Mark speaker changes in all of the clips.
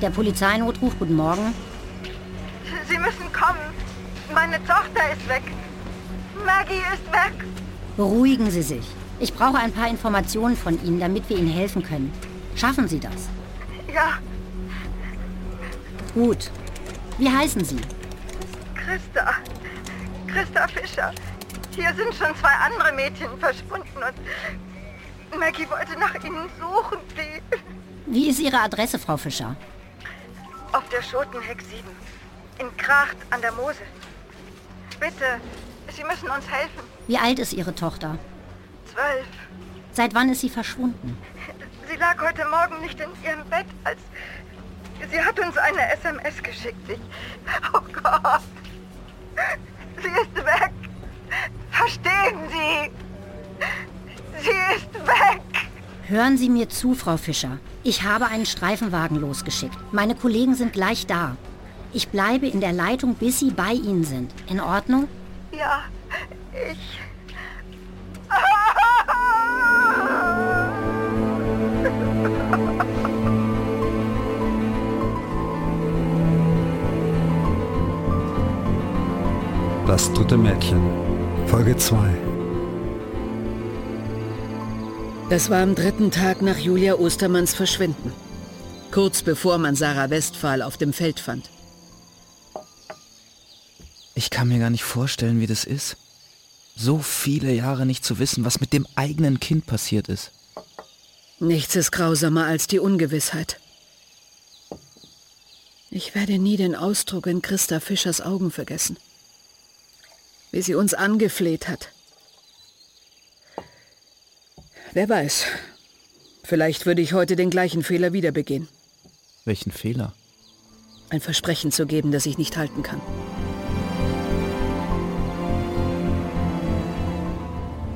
Speaker 1: der Polizeinotruf. Guten Morgen.
Speaker 2: Sie müssen kommen. Meine Tochter ist weg. Maggie ist weg.
Speaker 1: Beruhigen Sie sich. Ich brauche ein paar Informationen von Ihnen, damit wir Ihnen helfen können. Schaffen Sie das?
Speaker 2: Ja,
Speaker 1: Gut. Wie heißen Sie?
Speaker 2: Christa. Christa Fischer. Hier sind schon zwei andere Mädchen verschwunden und Maggie wollte nach ihnen suchen. Die
Speaker 1: Wie ist Ihre Adresse, Frau Fischer?
Speaker 2: auf der Schotenheck 7. In Kracht an der Mosel. Bitte, Sie müssen uns helfen.
Speaker 1: Wie alt ist Ihre Tochter?
Speaker 2: Zwölf.
Speaker 1: Seit wann ist sie verschwunden?
Speaker 2: Sie lag heute Morgen nicht in ihrem Bett, als... Sie hat uns eine SMS geschickt. Ich... Oh Gott. Sie ist weg. Verstehen Sie? Sie ist weg.
Speaker 1: Hören Sie mir zu, Frau Fischer. Ich habe einen Streifenwagen losgeschickt. Meine Kollegen sind gleich da. Ich bleibe in der Leitung, bis Sie bei Ihnen sind. In Ordnung?
Speaker 2: Ja, ich...
Speaker 3: Das dritte Mädchen. Folge 2.
Speaker 4: Das war am dritten Tag nach Julia Ostermanns Verschwinden. Kurz bevor man Sarah Westphal auf dem Feld fand.
Speaker 5: Ich kann mir gar nicht vorstellen, wie das ist. So viele Jahre nicht zu wissen, was mit dem eigenen Kind passiert ist.
Speaker 4: Nichts ist grausamer als die Ungewissheit. Ich werde nie den Ausdruck in Christa Fischers Augen vergessen. Wie sie uns angefleht hat. Wer weiß. Vielleicht würde ich heute den gleichen Fehler wieder begehen.
Speaker 5: Welchen Fehler?
Speaker 4: Ein Versprechen zu geben, das ich nicht halten kann.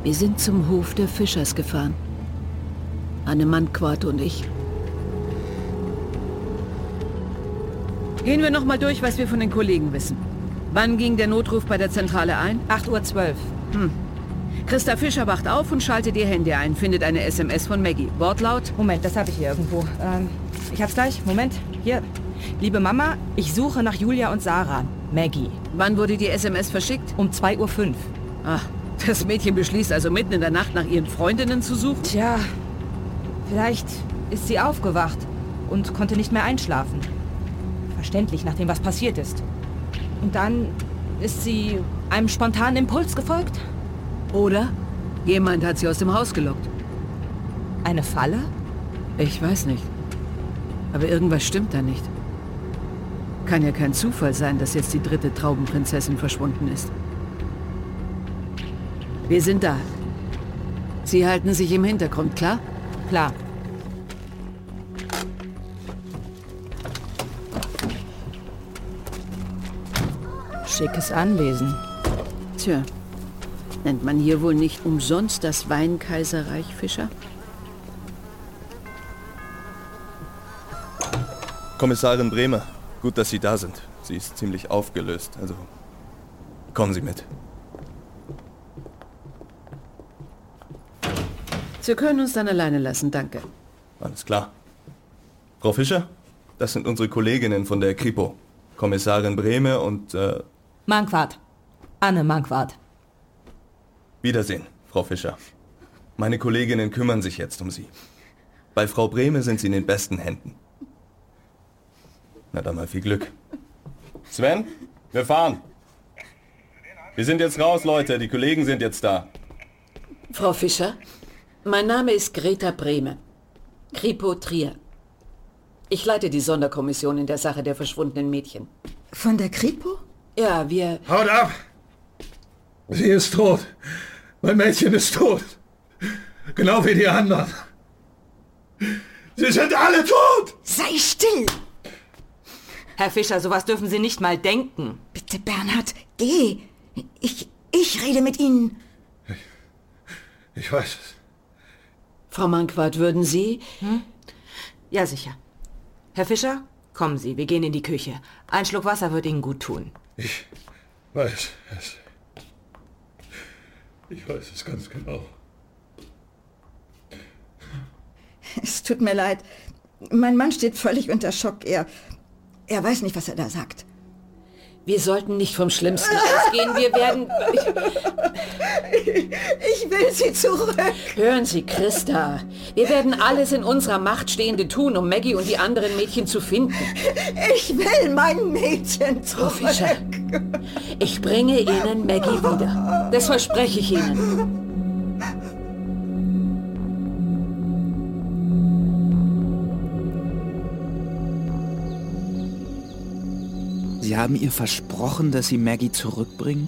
Speaker 4: Wir sind zum Hof der Fischers gefahren. Anne Mannquart und ich. Gehen wir noch mal durch, was wir von den Kollegen wissen. Wann ging der Notruf bei der Zentrale ein?
Speaker 6: 8.12 Uhr.
Speaker 4: Christa Fischer wacht auf und schaltet ihr Handy ein, findet eine SMS von Maggie. Wortlaut?
Speaker 6: Moment, das habe ich hier irgendwo. Ähm, ich hab's gleich. Moment, hier. Liebe Mama, ich suche nach Julia und Sarah. Maggie.
Speaker 4: Wann wurde die SMS verschickt?
Speaker 6: Um 2.05 Uhr.
Speaker 4: Ah, das Mädchen beschließt also mitten in der Nacht nach ihren Freundinnen zu suchen?
Speaker 6: Tja, vielleicht ist sie aufgewacht und konnte nicht mehr einschlafen. Verständlich, nachdem was passiert ist. Und dann ist sie einem spontanen Impuls gefolgt?
Speaker 4: Oder jemand hat sie aus dem Haus gelockt.
Speaker 6: Eine Falle?
Speaker 4: Ich weiß nicht. Aber irgendwas stimmt da nicht. Kann ja kein Zufall sein, dass jetzt die dritte Traubenprinzessin verschwunden ist. Wir sind da. Sie halten sich im Hintergrund, klar?
Speaker 6: Klar. Schickes Anwesen.
Speaker 4: Tja. Nennt man hier wohl nicht umsonst das Weinkaiserreich, Fischer?
Speaker 7: Kommissarin Bremer, gut, dass Sie da sind. Sie ist ziemlich aufgelöst, also kommen Sie mit.
Speaker 4: Sie können uns dann alleine lassen, danke.
Speaker 7: Alles klar. Frau Fischer, das sind unsere Kolleginnen von der Kripo. Kommissarin Brehme und äh,
Speaker 6: Mankwart. Anne Mankwart.
Speaker 7: Wiedersehen, Frau Fischer. Meine Kolleginnen kümmern sich jetzt um Sie. Bei Frau Brehme sind Sie in den besten Händen. Na dann mal viel Glück. Sven, wir fahren. Wir sind jetzt raus, Leute. Die Kollegen sind jetzt da.
Speaker 8: Frau Fischer, mein Name ist Greta Brehme, Kripo Trier. Ich leite die Sonderkommission in der Sache der verschwundenen Mädchen.
Speaker 9: Von der Kripo?
Speaker 8: Ja, wir...
Speaker 10: Haut ab! Sie ist tot. Mein Mädchen ist tot. Genau wie die anderen. Sie sind alle tot!
Speaker 9: Sei still!
Speaker 6: Herr Fischer, sowas dürfen Sie nicht mal denken.
Speaker 9: Bitte, Bernhard, geh! Ich, ich rede mit Ihnen.
Speaker 10: Ich weiß es.
Speaker 8: Frau Mankwart, würden Sie...
Speaker 6: Ja, sicher. Herr Fischer, kommen Sie, wir gehen in die Küche. Ein Schluck Wasser wird Ihnen gut tun.
Speaker 10: Ich weiß es. Ich weiß es ganz genau.
Speaker 9: Es tut mir leid. Mein Mann steht völlig unter Schock. Er, er weiß nicht, was er da sagt.
Speaker 8: Wir sollten nicht vom Schlimmsten ausgehen. Wir werden...
Speaker 9: Ich will sie zurück.
Speaker 8: Hören Sie, Christa. Wir werden alles in unserer Macht Stehende tun, um Maggie und die anderen Mädchen zu finden.
Speaker 9: Ich will mein Mädchen
Speaker 8: Frau
Speaker 9: zurück.
Speaker 8: Fischer, ich bringe Ihnen Maggie wieder. Das verspreche ich Ihnen.
Speaker 5: Sie haben ihr versprochen, dass Sie Maggie zurückbringen?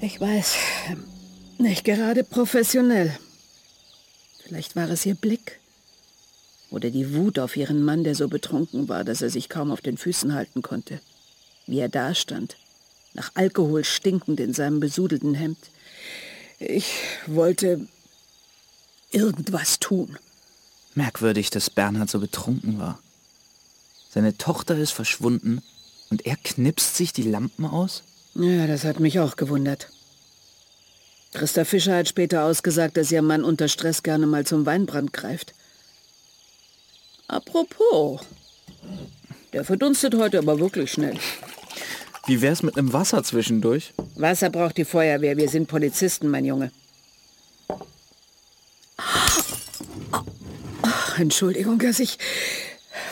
Speaker 4: Ich weiß, nicht gerade professionell. Vielleicht war es ihr Blick. Oder die Wut auf ihren Mann, der so betrunken war, dass er sich kaum auf den Füßen halten konnte. Wie er dastand, nach Alkohol stinkend in seinem besudelten Hemd. Ich wollte irgendwas tun.
Speaker 5: Merkwürdig, dass Bernhard so betrunken war. Seine Tochter ist verschwunden und er knipst sich die Lampen aus?
Speaker 4: Ja, das hat mich auch gewundert. Christa Fischer hat später ausgesagt, dass ihr Mann unter Stress gerne mal zum Weinbrand greift. Apropos, der verdunstet heute aber wirklich schnell.
Speaker 5: Wie wär's mit einem Wasser zwischendurch?
Speaker 4: Wasser braucht die Feuerwehr, wir sind Polizisten, mein Junge. Ach, Entschuldigung, dass ich...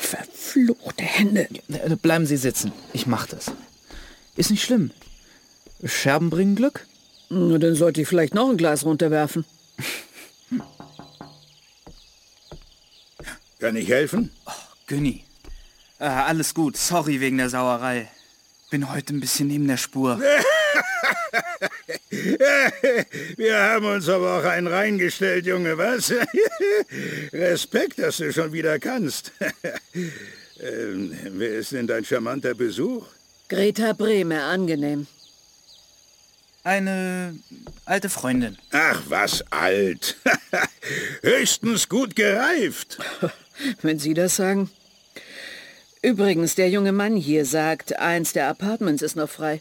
Speaker 4: Verfluchte Hände.
Speaker 5: Äh, Bleiben Sie sitzen. Ich mach das. Ist nicht schlimm. Scherben bringen Glück.
Speaker 4: Na, dann sollte ich vielleicht noch ein Glas runterwerfen.
Speaker 7: Kann ich helfen?
Speaker 5: Günni. Äh, alles gut. Sorry wegen der Sauerei. Bin heute ein bisschen neben der Spur.
Speaker 7: Wir haben uns aber auch einen reingestellt, Junge, was? Respekt, dass du schon wieder kannst. ähm, wer ist denn dein charmanter Besuch?
Speaker 4: Greta Brehme, angenehm.
Speaker 5: Eine alte Freundin.
Speaker 7: Ach, was alt. Höchstens gut gereift.
Speaker 4: Wenn Sie das sagen. Übrigens, der junge Mann hier sagt, eins der Apartments ist noch frei.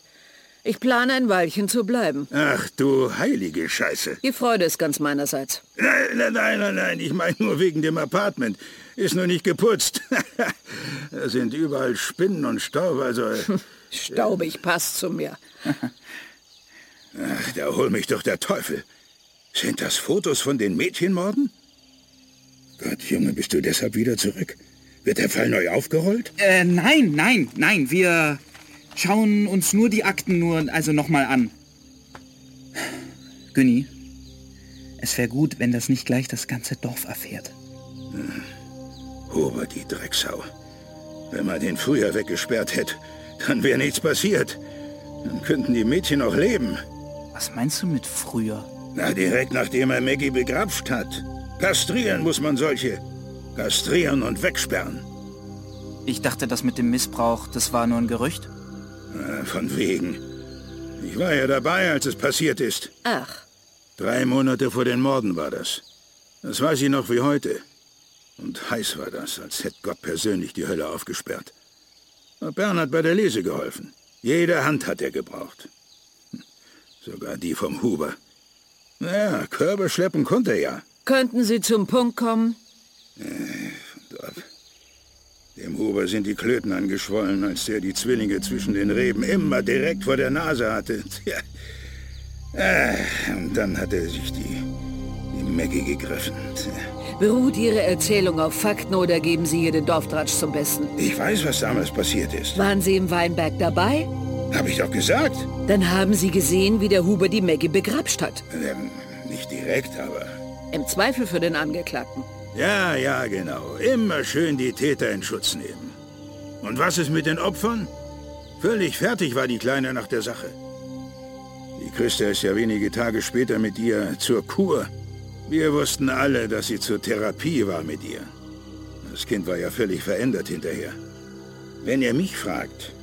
Speaker 4: Ich plane ein Weilchen zu bleiben.
Speaker 7: Ach du heilige Scheiße.
Speaker 4: Die Freude ist ganz meinerseits.
Speaker 7: Nein, nein, nein, nein, nein. ich meine nur wegen dem Apartment. Ist nur nicht geputzt. da sind überall Spinnen und Staub, also...
Speaker 4: Staubig passt zu mir.
Speaker 7: Ach, da hol mich doch der Teufel. Sind das Fotos von den Mädchenmorden? Gott, Junge, bist du deshalb wieder zurück? Wird der Fall neu aufgerollt?
Speaker 11: Äh, nein, nein, nein. Wir schauen uns nur die Akten nur also nochmal an. Günni, es wäre gut, wenn das nicht gleich das ganze Dorf erfährt.
Speaker 7: Huber, die Drecksau. Wenn man den früher weggesperrt hätte, dann wäre nichts passiert. Dann könnten die Mädchen noch leben.
Speaker 5: Was meinst du mit früher?
Speaker 7: Na, direkt nachdem er Maggie begrapscht hat. Kastrieren muss man solche. Kastrieren und wegsperren.
Speaker 5: Ich dachte, das mit dem Missbrauch, das war nur ein Gerücht.
Speaker 7: Ah, Von wegen. Ich war ja dabei, als es passiert ist.
Speaker 4: Ach,
Speaker 7: Drei Monate vor den Morden war das. Das weiß ich noch wie heute. Und heiß war das, als hätte Gott persönlich die Hölle aufgesperrt. Aber Bernhard bei der Lese geholfen. Jede Hand hat er gebraucht. Hm, Sogar die vom Huber. Naja, Körbe schleppen konnte er ja.
Speaker 4: könnten Sie zum Punkt kommen?
Speaker 7: Dem Huber sind die Klöten angeschwollen, als der die Zwillinge zwischen den Reben immer direkt vor der Nase hatte. Tja. Ah, Und dann hat er sich die, die Maggie gegriffen. Tja.
Speaker 4: Beruht Ihre Erzählung auf Fakten oder geben Sie hier den Dorftratsch zum Besten?
Speaker 7: Ich weiß, was damals passiert ist.
Speaker 4: Waren Sie im Weinberg dabei?
Speaker 7: Hab ich doch gesagt.
Speaker 4: Dann haben Sie gesehen, wie der Huber die Maggie begrapscht hat.
Speaker 7: Ähm, nicht direkt, aber...
Speaker 4: Im Zweifel für den Angeklagten.
Speaker 7: Ja, ja, genau. Immer schön die Täter in Schutz nehmen. Und was ist mit den Opfern? Völlig fertig war die Kleine nach der Sache. Die Christa ist ja wenige Tage später mit ihr zur Kur. Wir wussten alle, dass sie zur Therapie war mit ihr. Das Kind war ja völlig verändert hinterher. Wenn ihr mich fragt,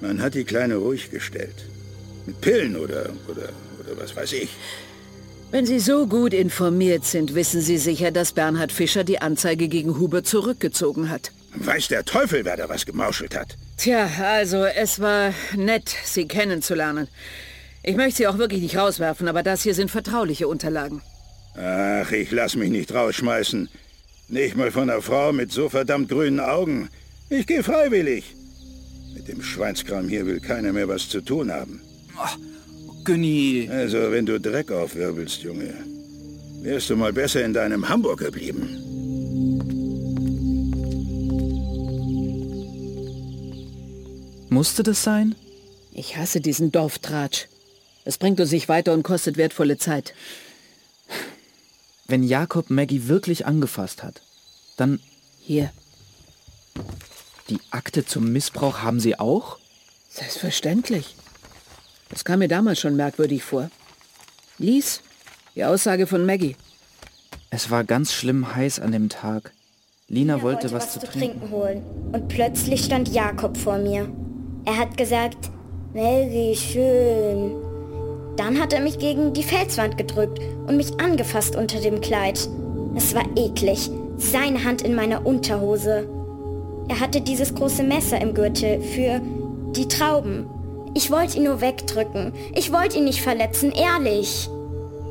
Speaker 7: man hat die Kleine ruhig gestellt. Mit Pillen oder, oder, oder was weiß ich.
Speaker 4: Wenn Sie so gut informiert sind, wissen Sie sicher, dass Bernhard Fischer die Anzeige gegen Huber zurückgezogen hat.
Speaker 7: Weiß der Teufel, wer da was gemauschelt hat.
Speaker 4: Tja, also es war nett, Sie kennenzulernen. Ich möchte Sie auch wirklich nicht rauswerfen, aber das hier sind vertrauliche Unterlagen.
Speaker 7: Ach, ich lass mich nicht rausschmeißen. Nicht mal von einer Frau mit so verdammt grünen Augen. Ich gehe freiwillig. Mit dem Schweinskram hier will keiner mehr was zu tun haben.
Speaker 11: Günni.
Speaker 5: Äh,
Speaker 7: Also, wenn du Dreck aufwirbelst, Junge, wärst du mal besser in deinem Hamburg geblieben.
Speaker 5: Musste das sein?
Speaker 4: Ich hasse diesen Dorftratsch. Es bringt uns nicht weiter und kostet wertvolle Zeit.
Speaker 5: Wenn Jakob Maggie wirklich angefasst hat, dann...
Speaker 4: Hier.
Speaker 5: Die Akte zum Missbrauch haben sie auch?
Speaker 4: Selbstverständlich. Das kam mir damals schon merkwürdig vor. Lies, die Aussage von Maggie.
Speaker 5: Es war ganz schlimm heiß an dem Tag. Lina wollte, was, zu trinken.
Speaker 12: holen. Und plötzlich stand Jakob vor mir. Er hat gesagt, Melvi, schön. Dann hat er mich gegen die Felswand gedrückt und mich angefasst unter dem Kleid. Es war eklig. Seine Hand in meiner Unterhose. Er hatte dieses große Messer im Gürtel für die Trauben. Ich wollte ihn nur wegdrücken. Ich wollte ihn nicht verletzen, ehrlich.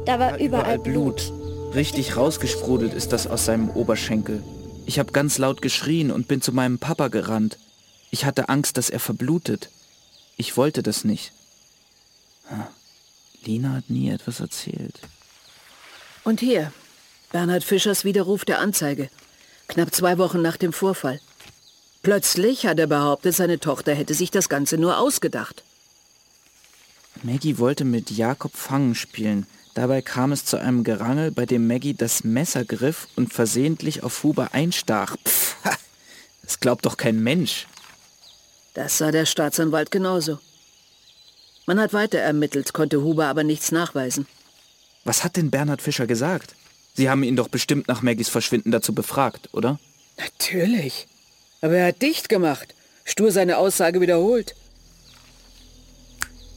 Speaker 12: Da war überall
Speaker 5: Überall Blut. Richtig rausgesprudelt ist das aus seinem Oberschenkel. Ich habe ganz laut geschrien und bin zu meinem Papa gerannt. Ich hatte Angst, dass er verblutet. Ich wollte das nicht. Ha. Lina hat nie etwas erzählt.
Speaker 4: Und hier, Bernhard Fischers Widerruf der Anzeige. Knapp zwei Wochen nach dem Vorfall. Plötzlich hat er behauptet, seine Tochter hätte sich das Ganze nur ausgedacht.
Speaker 5: Maggie wollte mit Jakob Fangen spielen. Dabei kam es zu einem Gerangel, bei dem Maggie das Messer griff und versehentlich auf Huber einstach. Pff, ha, das glaubt doch kein Mensch.
Speaker 4: Das sah der Staatsanwalt genauso. Man hat weiter ermittelt, konnte Huber aber nichts nachweisen.
Speaker 5: Was hat denn Bernhard Fischer gesagt? Sie haben ihn doch bestimmt nach Maggies Verschwinden dazu befragt, oder?
Speaker 4: Natürlich. Aber er hat dicht gemacht, stur seine Aussage wiederholt.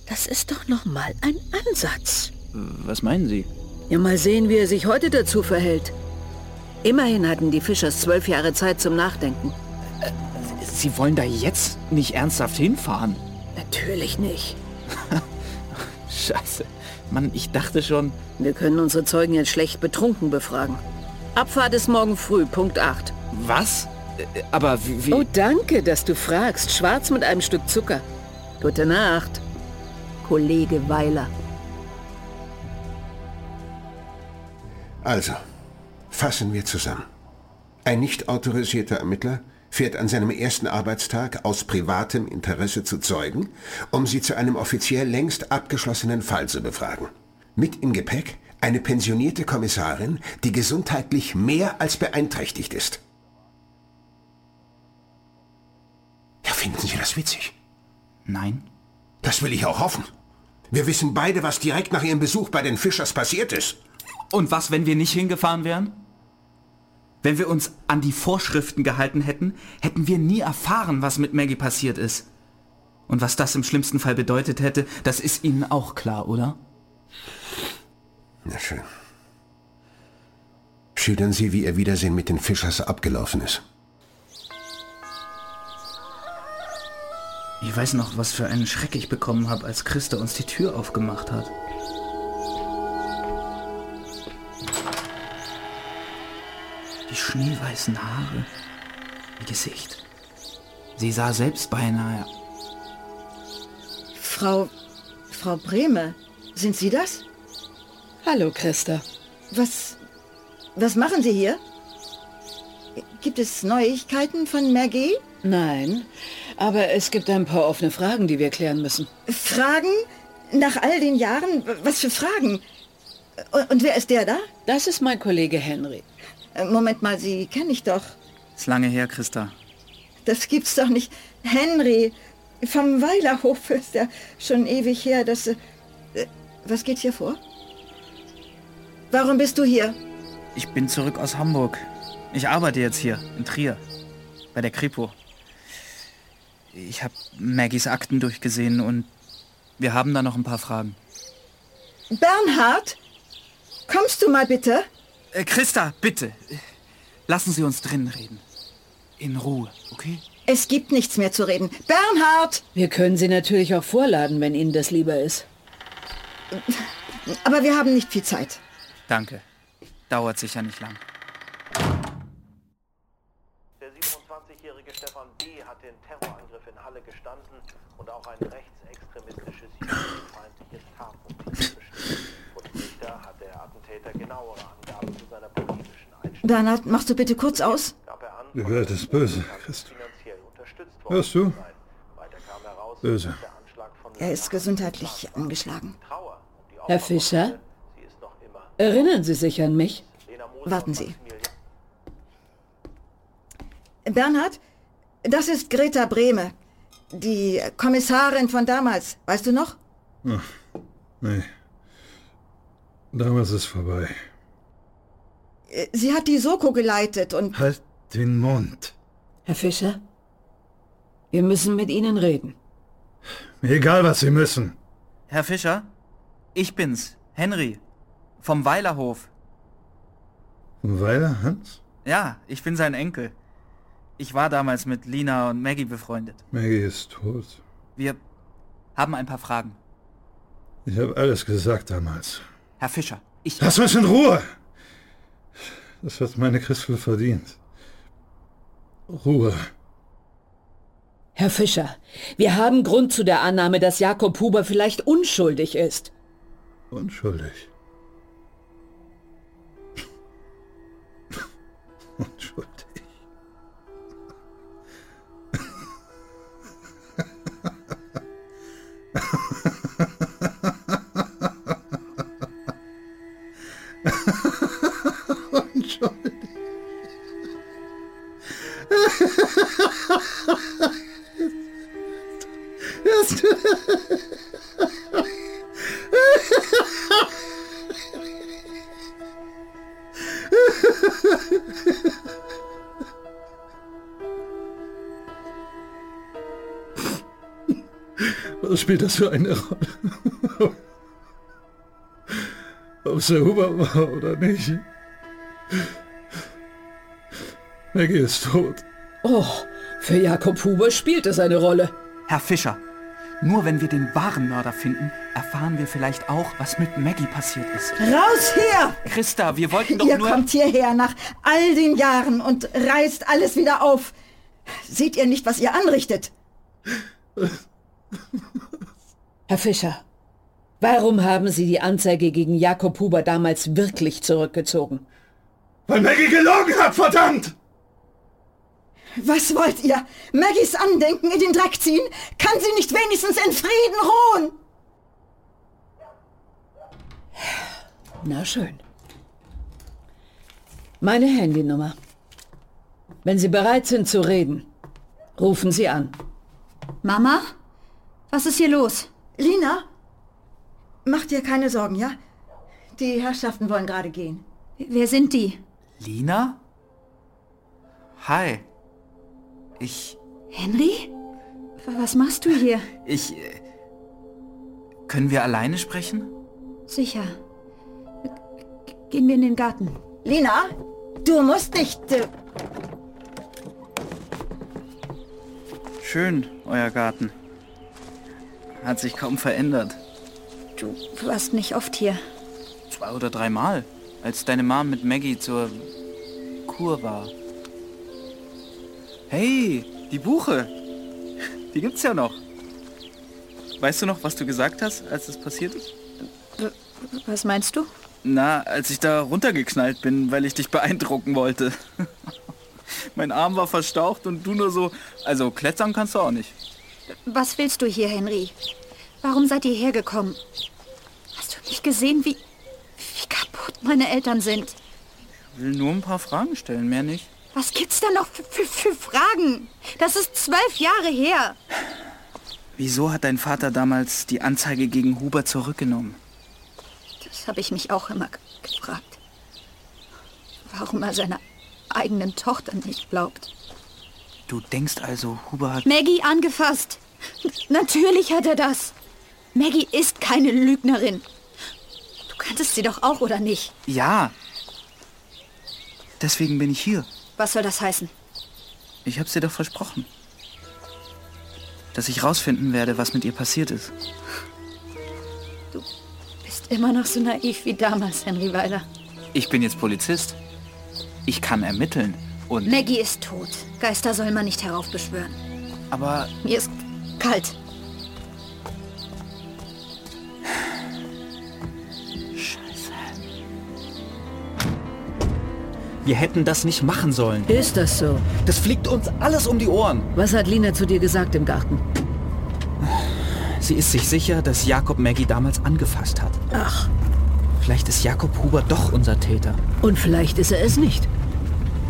Speaker 4: Das ist doch noch mal ein Ansatz.
Speaker 5: Was meinen Sie?
Speaker 4: Ja, mal sehen, wie er sich heute dazu verhält. Immerhin hatten die Fischers zwölf Jahre Zeit zum Nachdenken.
Speaker 5: Sie wollen da jetzt nicht ernsthaft hinfahren?
Speaker 4: Natürlich nicht.
Speaker 5: Scheiße. Mann, ich dachte schon.
Speaker 4: Wir können unsere Zeugen jetzt schlecht betrunken befragen. Abfahrt ist morgen früh, Punkt 8.
Speaker 5: Was? Äh, Aber wie... wie
Speaker 4: Oh, danke, dass du fragst. Schwarz mit einem Stück Zucker. Gute Nacht, Kollege Weiler.
Speaker 13: Also, fassen wir zusammen. Ein nicht autorisierter Ermittler fährt an seinem ersten Arbeitstag aus privatem Interesse zu Zeugen, um sie zu einem offiziell längst abgeschlossenen Fall zu befragen. Mit im Gepäck eine pensionierte Kommissarin, die gesundheitlich mehr als beeinträchtigt ist. Ja, finden Sie das witzig?
Speaker 5: Nein.
Speaker 13: Das will ich auch hoffen. Wir wissen beide, was direkt nach Ihrem Besuch bei den Fischers passiert ist.
Speaker 5: Und was, wenn wir nicht hingefahren wären? Wenn wir uns an die Vorschriften gehalten hätten, hätten wir nie erfahren, was mit Maggie passiert ist. Und was das im schlimmsten Fall bedeutet hätte, das ist Ihnen auch klar, oder?
Speaker 13: Na schön. Schildern Sie, wie Ihr Wiedersehen mit den Fischers abgelaufen ist.
Speaker 5: Ich weiß noch, was für einen Schreck ich bekommen habe, als Christa uns die Tür aufgemacht hat. Die schneeweißen Haare, ihr Gesicht. Sie sah selbst beinahe
Speaker 14: Frau. Frau Brehme, sind Sie das?
Speaker 4: Hallo, Christa.
Speaker 14: Was. Was machen Sie hier? Gibt es Neuigkeiten von Maggie?
Speaker 4: Nein, aber es gibt ein paar offene Fragen, die wir klären müssen.
Speaker 14: Fragen? Nach all den Jahren? Was für Fragen? Und, und wer ist der da?
Speaker 4: Das ist mein Kollege Henry.
Speaker 14: Moment mal, Sie kenne ich doch.
Speaker 5: Ist lange her, Christa.
Speaker 14: Das gibt's doch nicht. Henry vom Weilerhof ist ja schon ewig her. Das, äh, was geht hier vor? Warum bist du hier?
Speaker 5: Ich bin zurück aus Hamburg. Ich arbeite jetzt hier, in Trier, bei der Kripo. Ich habe Maggies Akten durchgesehen und wir haben da noch ein paar Fragen.
Speaker 14: Bernhard? Kommst du mal bitte?
Speaker 5: Äh, Christa, bitte, lassen Sie uns drinnen reden. In Ruhe, okay?
Speaker 14: Es gibt nichts mehr zu reden. Bernhard!
Speaker 4: Wir können Sie natürlich auch vorladen, wenn Ihnen das lieber ist.
Speaker 14: Aber wir haben nicht viel Zeit.
Speaker 5: Danke. Dauert sicher nicht lang.
Speaker 2: Stefan B. hat den Terrorangriff in Halle gestanden und auch ein rechtsextremistisches, judenfeindliches Tatmotiv beschrieben. Und später hat der Attentäter genauere Angaben zu seiner politischen
Speaker 6: Bernhard, machst du bitte kurz aus?
Speaker 10: Die Welt ist böse, Christ. Hörst du? Böse.
Speaker 6: Er ist gesundheitlich angeschlagen.
Speaker 4: Herr Fischer? Erinnern Sie sich an mich?
Speaker 6: Warten Sie. Bernhard, das ist Greta Brehme, die Kommissarin von damals. Weißt du noch?
Speaker 10: Ach, nee. Damals ist vorbei.
Speaker 6: Äh, Sie hat die Soko geleitet und...
Speaker 10: Halt den Mund.
Speaker 4: Herr Fischer? Wir müssen mit Ihnen reden.
Speaker 10: Mir egal, was Sie müssen.
Speaker 5: Herr Fischer? Ich bin's, Henry. Vom Weilerhof.
Speaker 10: Weiler, Hans?
Speaker 5: Ja, ich bin sein Enkel. Ich war damals mit Lina und Maggie befreundet.
Speaker 10: Maggie ist tot.
Speaker 5: Wir haben ein paar Fragen.
Speaker 10: Ich habe alles gesagt damals.
Speaker 5: Herr Fischer, ich...
Speaker 10: Lass uns in Ruhe! Das hat meine Christel verdient. Ruhe.
Speaker 4: Herr Fischer, wir haben Grund zu der Annahme, dass Jakob Huber vielleicht unschuldig ist.
Speaker 10: Unschuldig. Unschuldig. Unschuldig. Was spielt das für eine Rolle? Ob es der Huber war oder nicht. Maggie ist tot.
Speaker 4: Oh, für Jakob Huber spielt es eine Rolle.
Speaker 5: Herr Fischer, nur wenn wir den wahren Mörder finden, erfahren wir vielleicht auch, was mit Maggie passiert ist.
Speaker 6: Raus hier!
Speaker 5: Christa, wir wollten doch
Speaker 6: Ihr
Speaker 5: nur...
Speaker 6: kommt hierher nach all den Jahren und reißt alles wieder auf. Seht ihr nicht, was ihr anrichtet?
Speaker 4: Herr Fischer, warum haben Sie die Anzeige gegen Jakob Huber damals wirklich zurückgezogen?
Speaker 10: Weil Maggie gelogen hat, verdammt!
Speaker 6: Was wollt ihr? Maggies Andenken in den Dreck ziehen? Kann sie nicht wenigstens in Frieden ruhen?
Speaker 4: Na schön. Meine Handynummer. Wenn Sie bereit sind zu reden, rufen Sie an.
Speaker 15: Mama? Was ist hier los?
Speaker 6: Lina? Mach dir keine Sorgen, ja? Die Herrschaften wollen gerade gehen.
Speaker 15: Wer sind die?
Speaker 5: Lina? Hi. Ich...
Speaker 15: Henry? Was machst du hier?
Speaker 5: Ich... äh, Können wir alleine sprechen?
Speaker 15: Sicher. G- Gehen wir in den Garten.
Speaker 6: Lina, du musst nicht... Äh,
Speaker 5: Schön, euer Garten. Hat sich kaum verändert.
Speaker 15: Du warst nicht oft hier.
Speaker 5: Zwei oder dreimal, als deine Mom mit Maggie zur Kur war. Hey, die Buche. Die gibt's ja noch. Weißt du noch, was du gesagt hast, als das passiert ist?
Speaker 15: W- Was meinst du?
Speaker 5: Na, als ich da runtergeknallt bin, weil ich dich beeindrucken wollte. mein Arm war verstaucht und du nur so... Also klettern kannst du auch nicht.
Speaker 15: Was willst du hier, Henry? Warum seid ihr hergekommen? Hast du nicht gesehen, wie, wie kaputt meine Eltern sind?
Speaker 5: Ich will nur ein paar Fragen stellen, mehr nicht.
Speaker 15: Was gibt's da noch für, für, für Fragen? Das ist zwölf Jahre her.
Speaker 5: Wieso hat dein Vater damals die Anzeige gegen Huber zurückgenommen?
Speaker 15: Das habe ich mich auch immer g- gefragt. Warum er seiner eigenen Tochter nicht glaubt.
Speaker 5: Du denkst also, Huber hat...
Speaker 15: Maggie angefasst. Natürlich hat er das. Maggie ist keine Lügnerin. Du kanntest sie doch auch, oder nicht?
Speaker 5: Ja. Deswegen bin ich hier.
Speaker 15: Was soll das heißen?
Speaker 5: Ich hab's dir doch versprochen. Dass ich rausfinden werde, was mit ihr passiert ist.
Speaker 15: Bist immer noch so naiv wie damals, Henry Weiler.
Speaker 5: Ich bin jetzt Polizist. Ich kann ermitteln. Und
Speaker 16: Maggie ist tot. Geister soll man nicht heraufbeschwören.
Speaker 5: aber
Speaker 16: Mir ist kalt.
Speaker 5: wir hätten das nicht machen sollen.
Speaker 4: Ist das so?
Speaker 5: Das fliegt uns alles um die Ohren.
Speaker 4: Was hat Lina zu dir gesagt im Garten?
Speaker 5: Sie ist sich sicher, dass Jakob Maggie damals angefasst hat.
Speaker 4: Ach,
Speaker 5: Vielleicht ist Jakob Huber doch unser Täter.
Speaker 4: und vielleicht ist er es nicht.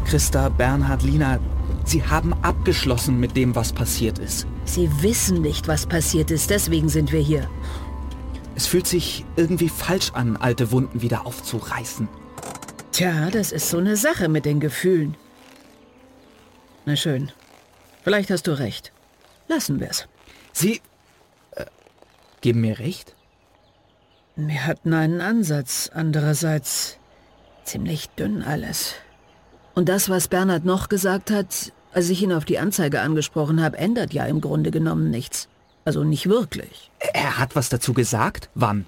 Speaker 5: Christa, Bernhard, Lina, sie haben abgeschlossen mit dem, was passiert ist.
Speaker 4: Sie wissen nicht, was passiert ist, deswegen sind wir hier.
Speaker 5: Es fühlt sich irgendwie falsch an, alte Wunden wieder aufzureißen.
Speaker 4: Tja, das ist so eine Sache mit den Gefühlen. Na schön. Vielleicht hast du recht. Lassen wir's.
Speaker 5: Sie... äh, Geben mir recht?
Speaker 4: Wir hatten einen Ansatz, andererseits ziemlich dünn alles. Und das, was Bernhard noch gesagt hat, als ich ihn auf die Anzeige angesprochen habe, ändert ja im Grunde genommen nichts. Also nicht wirklich.
Speaker 5: Er hat was dazu gesagt? Wann?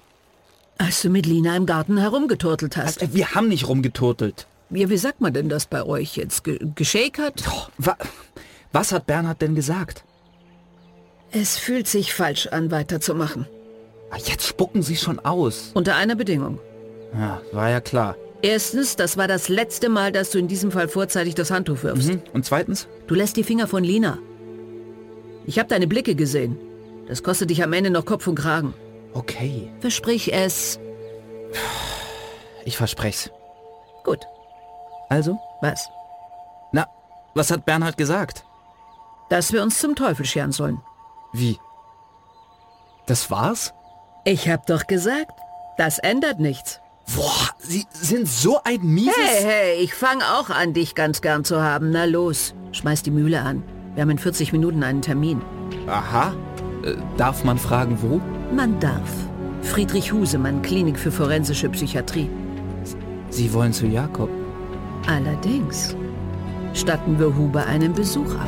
Speaker 4: Als du mit Lina im Garten herumgeturtelt hast.
Speaker 5: Äh, Wir haben nicht rumgeturtelt.
Speaker 4: Ja, wie sagt man denn das bei euch jetzt? Ge geschäkert?
Speaker 5: Wa was hat Bernhard denn gesagt?
Speaker 4: Es fühlt sich falsch an, weiterzumachen.
Speaker 5: Ah, Jetzt spucken sie schon aus.
Speaker 4: Unter einer Bedingung.
Speaker 5: Ja, war ja klar.
Speaker 4: Erstens, das war das letzte Mal, dass du in diesem Fall vorzeitig das Handtuch wirfst.
Speaker 5: Mhm. Und zweitens?
Speaker 4: Du lässt die Finger von Lina. Ich habe deine Blicke gesehen. Das kostet dich am Ende noch Kopf und Kragen.
Speaker 5: Okay,
Speaker 4: Versprich es.
Speaker 5: ich versprech's.
Speaker 4: Gut.
Speaker 5: Also?
Speaker 4: Was?
Speaker 5: Na, was hat Bernhard gesagt?
Speaker 4: Dass wir uns zum Teufel scheren sollen.
Speaker 5: Wie? Das war's?
Speaker 4: Ich hab doch gesagt, das ändert nichts.
Speaker 5: Boah, sie sind so ein mieses...
Speaker 4: Hey, hey, ich fange auch an, dich ganz gern zu haben. Na los, schmeiß die Mühle an. Wir haben in 40 Minuten einen Termin.
Speaker 5: Aha. Äh, darf man fragen, wo?
Speaker 4: Man darf. Friedrich Husemann, Klinik für forensische Psychiatrie.
Speaker 5: Sie wollen zu Jakob.
Speaker 4: Allerdings statten wir Huber einen Besuch ab.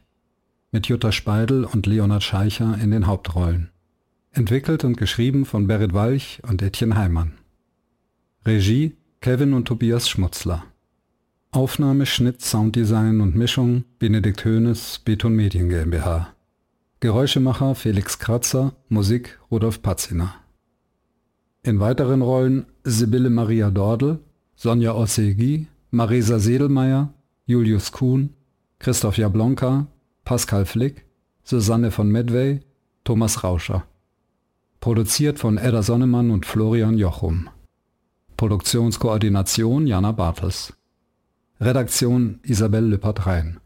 Speaker 3: Mit Jutta Speidel und Leonard Scheicher in den Hauptrollen. Entwickelt und geschrieben von Berit Weich und Etienne Heimann. Regie Kevin und Tobias Schmutzler. Aufnahme, Schnitt, Sounddesign und Mischung Benedikt Höhnes, Beton Medien GmbH. Geräuschemacher Felix Kratzer, Musik Rudolf Patziner. In weiteren Rollen Sibylle Maria Dordel, Sonja Ossegi, Marisa Sedelmeier, Julius Kuhn, Christoph Jablonka, Pascal Flick, Susanne von Medway, Thomas Rauscher. Produziert von Edda Sonnemann und Florian Jochum. Produktionskoordination Jana Bartels. Redaktion Isabel Lüppert-Rhein.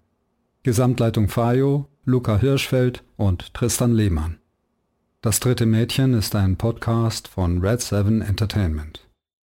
Speaker 3: Gesamtleitung Fajo, Luca Hirschfeld und Tristan Lehmann. Das dritte Mädchen ist ein Podcast von Red Seven Entertainment.